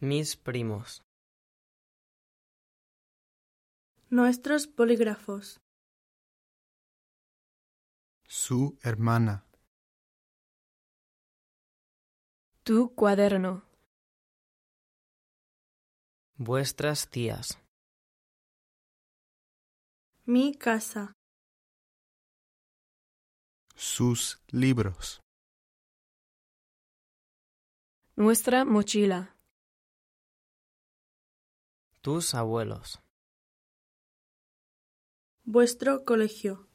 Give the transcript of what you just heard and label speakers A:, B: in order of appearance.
A: Mis primos.
B: Nuestros polígrafos.
C: Su hermana.
D: Tu cuaderno.
A: Vuestras tías.
B: Mi casa.
C: Sus libros.
D: Nuestra mochila.
A: Tus abuelos.
B: Vuestro colegio.